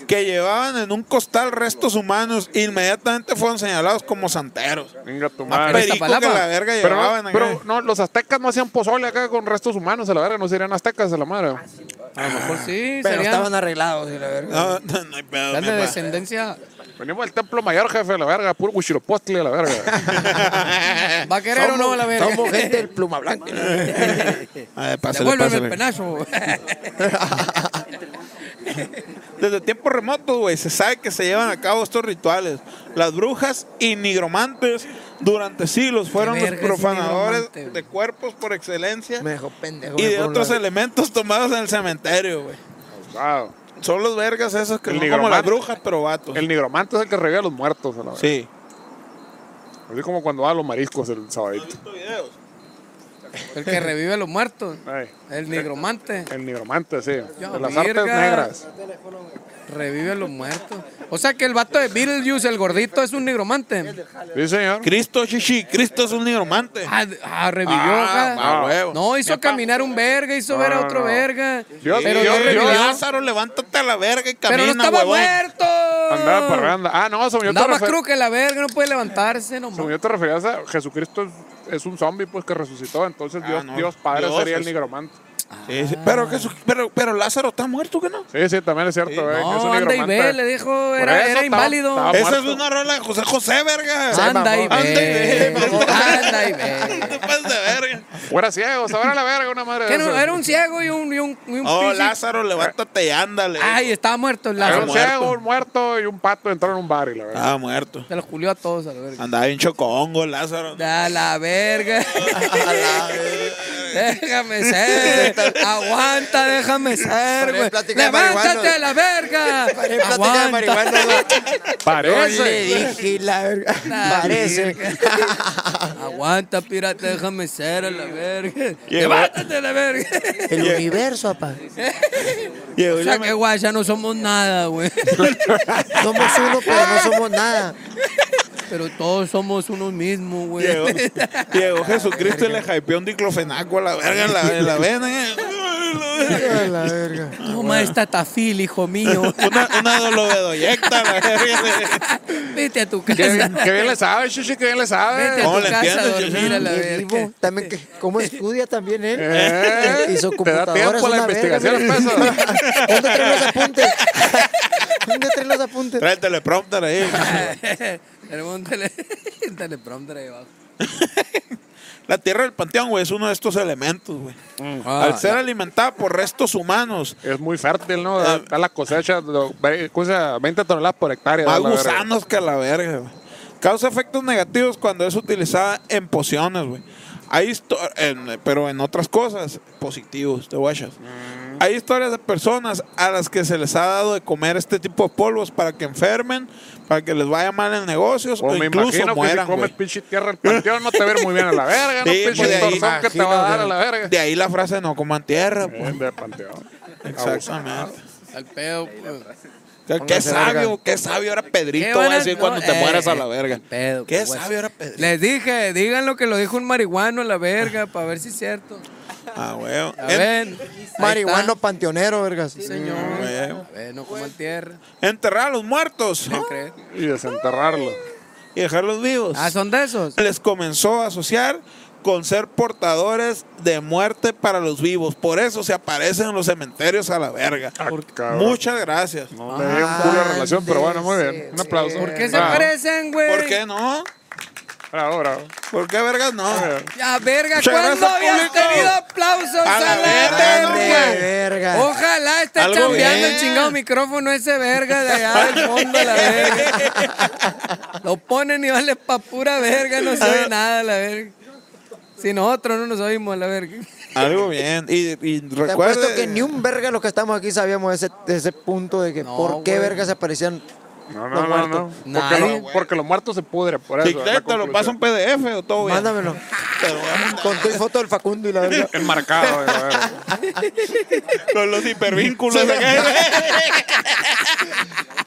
que llevaban en un costal restos humanos e inmediatamente fueron señalados como santeros. Venga, tu Más madre. pero- perico que Iztapalapa. la verga Ah, Pero, llevaban. no, acá. pero no, los aztecas no hacían pozole acá con restos humanos, a la verga, no serían aztecas a la madre. A lo mejor Pues sí, Pero serían. estaban arreglados, y la verga. No, no, no hay pedo, Están de mi pa. (laughs) descendencia. Venimos del templo mayor, jefe, a la verga, puro huichiropostle, a la (laughs) verga. ¿Va a querer o no la verga? Somos gente del pluma blanca. (laughs) A ver, Eh, pásale, Devuélveme pásale. el penacho. Desde tiempos remotos, güey, se sabe que se llevan a cabo estos rituales. Las brujas y nigromantes durante siglos fueron Qué los verga es un profanadores nigromante, güey. de cuerpos por excelencia Me dejó pendejo. y güey, de por un otros lado. elementos tomados en el cementerio, güey. Wow. Son los vergas esos que El son como nigromante. las brujas, pero vatos. El nigromante es el que revive a los muertos, a la verga. Sí. Así como cuando va a los mariscos el sabadito. El que revive a los muertos. Ay, El nigromante. el nigromante, sí. Ya, De las verga. artes negras. Revive a los muertos. O sea que el vato de Beetlejuice, el gordito, es un nigromante. Sí, señor. Cristo, chichi, Cristo es un nigromante. Ah, d- ah, revivió. Ah, acá. a huevo. no, hizo caminar un verga, hizo ver a otro no. verga. Yo- pero yo- no yo- revivió. Lázaro, levántate a la verga y camina, pero no estaba huevón. muerto. Andaba parranda. Ah, no, se me Andaba más refer- cru que la verga, no puede levantarse nomás. Según yo te referías a Jesucristo es, es un zombie pues que resucitó, entonces Ah, Dios, no. Dios Padre Dios sería el es- nigromante. Sí, sí. Pero, Jesús- pero, pero Lázaro está muerto, ¿qué no? Sí, sí, también es cierto, güey, es un No, anda y nigromante. ve, le dijo, Por era, eso era estaba- inválido. estaba Esa muerto. es una rola de José José, verga. Anda y mamó. ve. Anda y ve. Eh, Anda (laughs) y ve. Te pasas de verga. Fuera ciego, se va a la verga una madre. de Que no, esas. era un ciego y un, y un, y un Oh, pinche- Lázaro, levántate y ándale. Ay, estaba muerto el Era Lázaro. un muerto. ciego, un muerto y un pato entraron en un bar y la verdad. Estaba muerto. Se los culió a todos a la verga. Andaba bien chocongo, (laughs) Lázaro. Da la verga. (laughs) déjame ser. Aguanta, déjame ser, Paré de güey. platicar de Levántate marihuana. a la verga. Paré plática de Aguanta. marihuana, güey. Ah, Yo le Parece. dije, la verga. La Parece. verga. Aguanta, pirata, déjame ser a la verga. Llegó. Levántate a la verga. (laughs) El universo, papá. Llegó O y sea le que met- guay, ya no somos nada, güey. Somos uno, pero no somos nada. Pero todos somos uno mismo, (laughs) güey. Llegó, llegó Jesucristo y le hypeó un diclofenaco a la verga en la, en (laughs) la vena. La verga. (laughs) Toma esta tafil, hijo (laughs) mío. Una, una dolobedoyecta a la verga. Vete a tu Qué bien, casa. qué bien le sabe, chichi, qué bien le Vete a sabe. ¿Cómo tu le casa a entiendes, dormir a la Y verga. (laughs) vivo, también que, cómo estudia también él. (laughs) Eh, Y su te da computadora tiempo es a la una verga, investigación, pues, mira. peso. (laughs) ¿Dónde traen los apuntes? (laughs) ¿Dónde traen los apuntes? Trae el teleprompter ahí. (laughs) Tenemos un tele- un teleprompter ahí abajo. La tierra del panteón, güey, es uno de estos elementos, güey. Ah, Al ser alimentada por restos humanos, Es muy fértil, ¿no? Ah. Da, da la cosecha, lo- ve- cosa, 20 toneladas por hectárea. más da la verga. gusanos que la verga, güey. Causa efectos negativos cuando es utilizada en pociones, güey. Hay histo- en- pero en otras cosas, positivos, te guachas. Mm. Hay historias de personas a las que se les ha dado de comer este tipo de polvos para que enfermen, para que les vaya mal en negocios O o Pues me incluso imagino que si mueran, comes güey. pinche tierra el panteón no te ver muy bien a la verga, Sí, no pinche pues, de ahí, torzón que te va a dar a la imagino, verga. De ahí la frase no coman tierra, pues. Bien de panteón. Exactamente. al pedo. pues. Qué, qué sabio, qué sabio era ¿Qué Pedrito, van va a a- decir no, cuando te eh, mueras a la verga. al pedo, qué pues, güey. sabio era Pedrito. Les dije, digan lo que lo dijo un marihuano a la verga, para ver si es cierto. Ah, huevo. A En- ver. Marihuano panteonero, vergas. Sí, señor. huevo. A ver, no coman tierra. Enterrar a los muertos ¿no creen? Y desenterrarlo. y dejarlos vivos. Ah, son de esos. Les comenzó a asociar con ser portadores de muerte para los vivos. Por eso se aparecen en los cementerios a la verga. Ah, cabrón. Muchas gracias. No, le di un culo de relación, pero bueno, muy bien. Un aplauso. Ah, ¿Por qué se Bravo, parecen, güey? ¿Por qué no? Bravo, bravo. ¿Por qué vergas no? Ya, verga, Muchas ¿cuándo gracias, habías público. tenido aplausos A la a la verga, verga, güey. Verga. Ojalá esté Algo chambeando bien. el chingado micrófono ese verga de allá (laughs) del fondo, la verga. Lo ponen y vale pa' pura verga, no se Ah. oye nada, la verga. Si nosotros no nos oímos, la verga. Algo bien. Y, y Te apuesto recuerda que ni un verga los que estamos aquí sabíamos ese, ese punto de que No, por qué güey. verga se aparecían. No, no, Los no, no. muertos. Porque, Nadie. lo- porque los muertos se pudren, por eso. es la Dicteta, lo conclusión. paso un PDF o todo bien. (laughs) Mándamelo. Pero bueno, Con tu foto del Facundo y la verga. (laughs) Enmarcado, güey, a ver. Los, los hipervínculos. acá.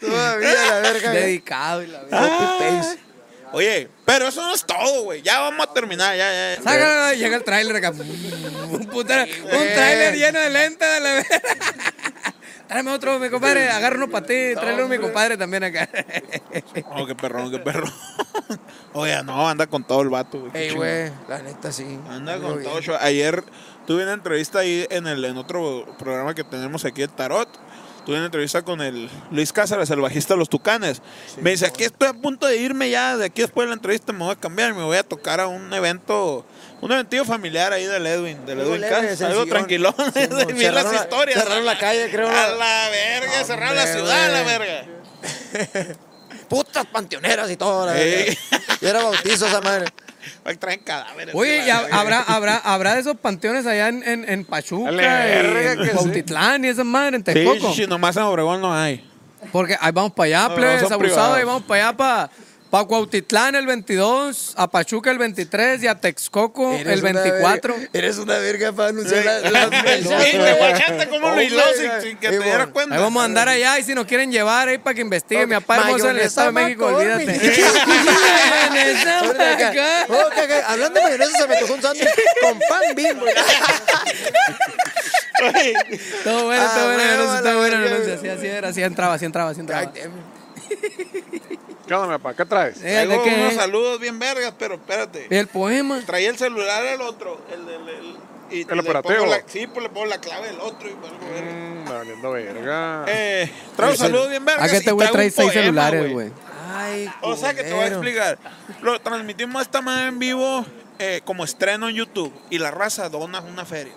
Todavía la verga. Dedicado y la verga. (laughs) Ah. Copy-paste. Oye, pero eso no es todo, güey. Ya vamos a terminar, ya, ya, ya. Sácalo, llega el tráiler acá. Un, putero- un Eh. tráiler lleno de lentes de la verga. (laughs) Tráeme otro, mi compadre. Agarra uno para ti. Tráele uno, mi compadre, también acá. Oh, qué perrón, qué perrón. (laughs) Oye, no, anda con todo el vato, güey. qué Ey, chingón. güey. La neta, sí. Anda Algo con bien. todo. show. Ayer tuve una entrevista ahí en el en otro programa que tenemos aquí, el Tarot. Tuve una entrevista con el Luis Cáceres, el bajista de los Tucanes. me dice, aquí estoy a punto de irme ya, de aquí después de la entrevista me voy a cambiar, me voy a tocar a un evento, un eventillo familiar ahí del Edwin, del Algo Edwin leve, Cáceres. Algo sencillón. tranquilón, (laughs) Sí, vi mo, las cerraron la- historias. cerraron la calle, creo, A ¿no? la verga, cerraron la Hombre, ciudad, a la güey. verga. Putas panteoneras y todo, la Ey. verga. Y era bautizo esa madre. Ay, Traen cadáveres. Oye, la ¿y ha- verga. habrá, habrá, habrá de esos panteones allá en, en, en Pachuca, Dale, verga y que sí. en Cuautitlán y esa madre, en Sí, Texcoco. sí, nomás en Obregón no (laughs) hay. Porque ahí vamos para allá, No, plebes, no, son abusados, ahí privados. vamos para allá, para pa Cuautitlán el 22, a Pachuca el 23 y a Texcoco el Eres una 24. verga- eres una verga para anunciar las- (laughs) Oh, las (laughs) Ey, te guachaste como lo Hombre, hiló sin, güey. sin que Ey, te dieras güey. cuenta. Ahí vamos a (laughs) andar allá y si nos quieren llevar ahí para que investiguen, mi papá hermoso en el Mayonesa Estado de México, McCormick. olvídate. (laughs) (laughs) Mayonesa Ahorita acá. McCormick. Oh, que- que- Hablando de mayonesa, se me tocó un sándwich con pan bimbo. Todo bueno, Ah, todo bueno, huevo, anuncio, la todo bueno, verga. anuncio. Así, así era, así entraba, así entraba, así (laughs) entraba. ¿Qué onda, mi papá? ¿Qué traes? Eh, Traigo ¿de qué? unos saludos bien vergas, pero espérate. Y el poema. Traía el celular al otro. El, del- el- y le operativo? pongo la- sí, pues le pongo la clave del otro y vuelvo a ver. Mm, me valiendo verga. Eh, traigo saludos bien vergas. ¿A qué te y voy a traigo traer un seis poema, celulares, güey? Ay, O sea que te voy a culero. explicar. Lo transmitimos esta manera en vivo eh, como estreno en YouTube. Y la raza dona una feria.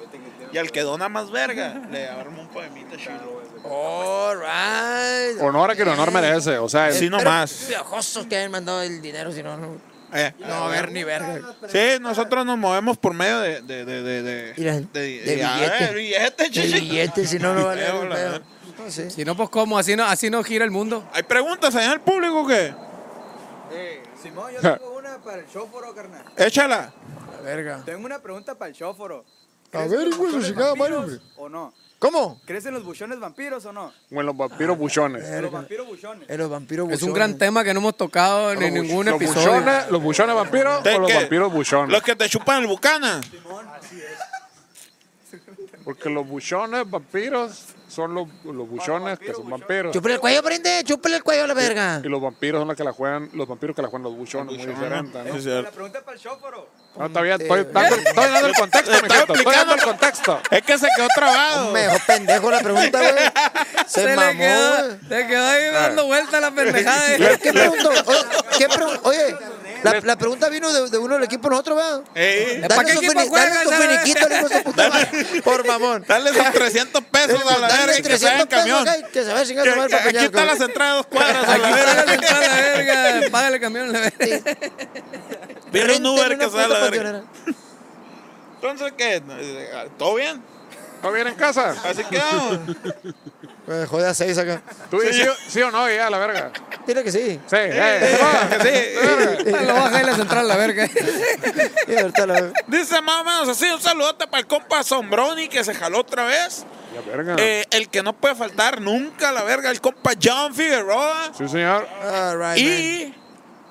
Y al que dona más verga, le arma un poemita chido. All right. Honor a quien honor merece. O sea, Sí, es- nomás. Piojosos que han mandado el dinero, si no, no. Eh. No, a ver, ni (laughs) verga. Sí, nosotros nos movemos por medio de... De, de, de, de, Mira, de ah, billete. de billete, De chichi. billetes, si no, no vale. Feo, la feo. verdad. No sé. Si no, pues cómo, así no, así no gira el mundo. ¿Hay preguntas allá en el público que Eh, Simón, yo tengo una para el chóforo, carnal. Échala. La verga. Tengo una pregunta para el A chóforo. ¿Crees ver, en los hijo de su buchones chingada madre, vampiros ¿O no? ¿Cómo? ¿Crees en los buchones vampiros o no? o en los vampiros buchones. En Los vampiros buchones. Eh, los vampiros Es un buchones. gran tema que no hemos tocado en en ningún los episodio. buchones, los buchones vampiros o los ¿Qué? vampiros buchones. Los que te chupan el bucana. Porque los buchones vampiros son los, los buchones que son vampiros. Chúpale el cuello, prende. Chúpale el cuello a la verga. Y los vampiros son los que la juegan, los vampiros que la juegan los buchones, muy diferente, ¿no? Sí, La cierto. pregunta para el chóforo. No, está bien, estoy dando, estoy dando el contexto, mi Estoy gente, Estoy dando el explicando. contexto. Es que se quedó trabado. Me dejó pendejo la pregunta, güey. Se, Se mamó, le quedó, güey. (laughs) se quedó ahí dando vueltas la pendejada. eh. ¿Qué preguntó? Oye, ¿qué pregun- Oye, La, la pregunta vino de, de uno del equipo nosotros, ¿verdad? Ey, ¿Para qué esos equipo fini- juegas, dale esos dale? finiquitos, le dijo su puta madre. Por mamón. dale esos 300 pesos a la verga Dale y que se 300 en pesos camión. acá y que se va a chingar Que- su madre que- para aquí allá, está cabrón. las entradas dos cuadras a Aquí la págale verga. toda la verga. Págale camión a la verga. Viene un Renten Uber una que se va a la puta verga. panteonera. Entonces, ¿qué? eh, ¿Todo bien? ¿No viene en casa? Así quedamos. Pues jode a seis acá. Tú dices sí, o- sí o no, y ya, la verga. Dile que sí. Sí, eh, va. eh. Sí. Ah, Lo baja y la central a la verga. Y ahorita la- Dice más o menos así, un saludote para el compa Sombroni que se jaló otra vez. La Ah. verga. Eh, el que no puede faltar nunca, la verga, el compa John Figueroa. Sí, señor. All right, man. Y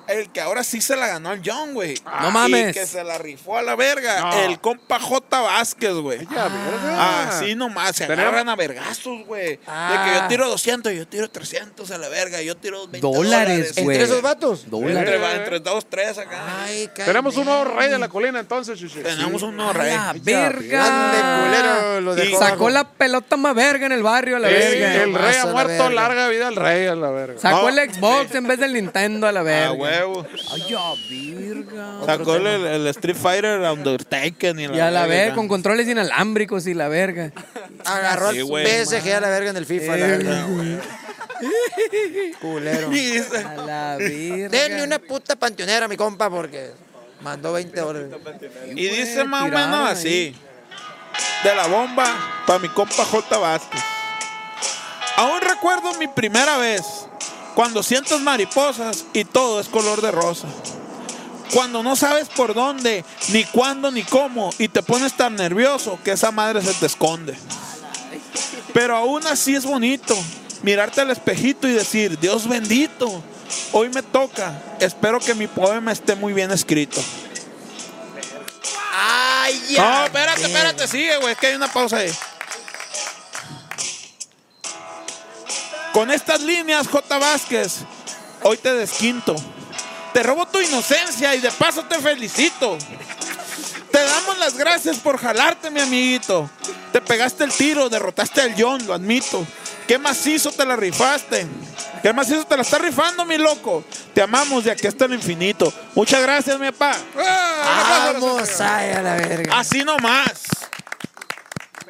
el que ahora sí se la ganó al John, güey. No Ah. mames. Y que se la rifó a la verga. No. El compa J. Vázquez, güey. Ya, verga. Así nomás, se Tenemos- agarran a vergazos, güey. De que Ah. yo tiro 200, yo tiro 300 a la verga, yo tiro 20 Dólares, güey. ¿Entre esos vatos? Dólares. Entre, entre dos, tres Ah, acá. Ay, cabrón. Tenemos un nuevo rey de la colina, entonces, chichi. Tenemos un A nuevo rey. Ah, la Grande verga. culero, lo Sí. dejó Sacó abajo. la pelota más verga en el barrio a la Sí, verga. el Más rey a ha la muerto, verga. larga vida al rey, a la verga. Sacó No. el Xbox en vez del Nintendo a la Ah, A verga. Ah, huevo. Ay, a verga. Sacó el, el Street Fighter a Undertaker y Y a la verga, verga. con controles inalámbricos y la verga. Agarró al Sí, güey. PSG a la verga en el FIFA. Eh, la verga. Culero. Y dice, (laughs) A la verga. Denle una puta panteonera a mi compa porque mandó 20 dólares. y dice Güey, más o tiraron menos ahí. así. De la bomba para mi compa J. Vázquez. Aún recuerdo mi primera vez. Cuando sientes mariposas y todo es color de rosa. Cuando no sabes por dónde, ni cuándo, ni cómo, y te pones tan nervioso que esa madre se te esconde. Pero aún así es bonito mirarte al espejito y decir, Dios bendito, hoy me toca, espero que mi poema esté muy bien escrito. ¡Ay, No, ya! espérate, espérate, sigue, güey, es que hay una pausa ahí. Con estas líneas, J. Vázquez, hoy te desquinto. Te robo tu inocencia y de paso te felicito. Te damos las gracias por jalarte, mi amiguito. Te pegaste el tiro, derrotaste al John, lo admito. Qué macizo te la rifaste. Qué macizo te la está rifando, mi loco. Te amamos de aquí hasta el infinito. Muchas gracias, mi papá. ¡Vamos ay, a la verga! Así nomás.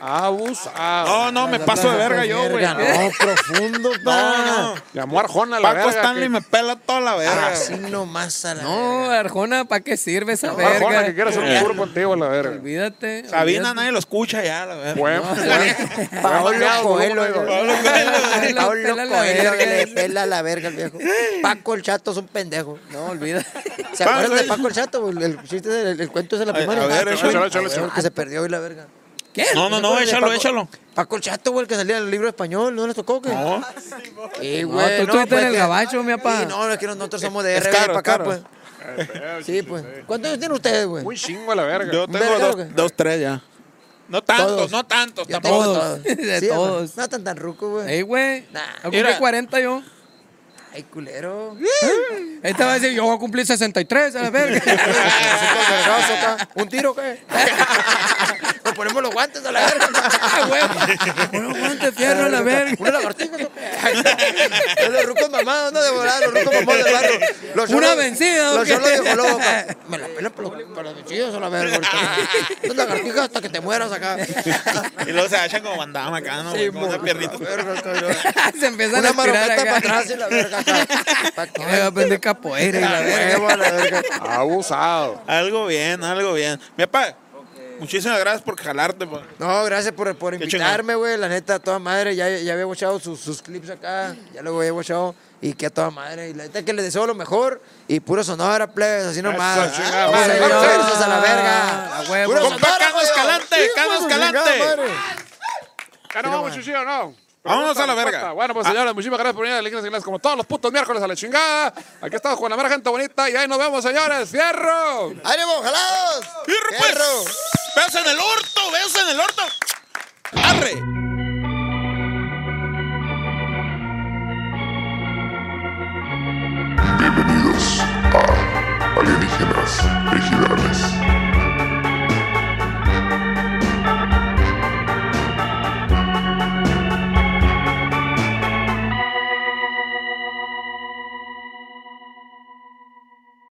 Abusado. Ah, No, no, me paso de verga yo, güey. Verga, (laughs) No, profundo, No, pa. no. Llamó a Arjona a la Paco verga. Stanley que- me pela toda la verga. Así nomás a la No, verga. Arjona, ¿para qué sirve esa Arjona, verga? que quiere hacer un tour contigo a la verga. Olvídate. Sabina olvídate. nadie lo escucha ya, la verga. Buen, buen. buen Paolo cambiado, Coelho. buen- güey. Pablo Coelho. Pela- (laughs) Paolo pela la Coelho que verga. le pela la verga al viejo. Paco el Chato es un pendejo. No, olvídate. ¿Se Paco acuerdan de el- Paco el Chato? güey? El, chiste del- el, cuento es de la A- a primaria. ver, Ah, échalo, güey, échalo, échalo. Que se perdió hoy la verga. ¿Qué? No, no, no, ¿Se acuerdan de échalo, Paco- échalo. Paco el Chato, güey, el que salía en el libro español. ¿No les tocó? qué? No. Sí, No, güey. tú estuviste pues, en el que- gabacho, mi papá. Sí, no, es que nosotros somos de Es RB caro, para acá, es pues. caro. Sí, pues. ¿Cuántos años tienen ustedes, güey? Muy chingo a la verga. Yo tengo verga, dos, ¿o qué? dos, tres ya. No tantos, Todos. no tantos Yo tampoco. tengo todos. De Sí, hermano. todos. No tan tan ruco, güey. Ey, güey. Nah. Yo cumplí Mira. 40 yo. Ay, culero. Esta va a decir, yo voy a cumplir 63, a (laughs) la verga. (laughs) Nosotros vergados acá. ¿Un tiro qué? Nos ponemos los guantes a la verga. Ah, güey. Bueno, guante de fierro a la verga. Una lagartija. ¿no? Ay, Los rucos mamados, no de volar, los rucos mamados del barrio. Los Una cholos- vencida, ¿o Los qué? cholos de Jolobo, acá. (laughs) Me la pelan por los- por los vencidos a la verga. ahorita. Una lagartija hasta que te mueras (laughs) acá. (laughs) Y luego se agachan como bandama acá, ¿no? güey? Con una piernita. Verga, cabrón. Se empiezan Una a tirar marometa para acá. atrás y la verga. Para que (laughs) Ay, voy a aprender capoeira y la verga. huevo a la verga. Abusado. Algo bien, algo bien. Mi papá, muchísimas gracias por jalarte. pues. pa. No, gracias por, por Qué invitarme, güey. La neta, a toda madre. Ya, ya había watchado sus, sus clips acá. Ya lo había watchado. Y que a toda madre. Y la neta que les deseo lo mejor. Y puro sonora, plebes. Así nomás. Eso, chingada Vamos madre. a llevar Señor. versos a la verga. A huevo. Puro Compa Sonora, Cano güey. Escalante, Sí, Cano vamos, chingada Escalante. madre. Ya no vamos, chichi, ¿o no? Vámonos a la Pregunta, verga. respuesta. Bueno, pues Ah. señores, muchísimas gracias por venir a la Iglesia Inglés como todos los putos miércoles a la chingada. Aquí estamos con la mera gente bonita y ahí nos vemos, señores. ¡Fierro! ¡Ánimo, jalados! ¡Fierro, pues! ¡Fierro! ¡Beso en el orto! ¡Beso en el orto! ¡Arre! Bienvenidos a Alienígenas Ejidal.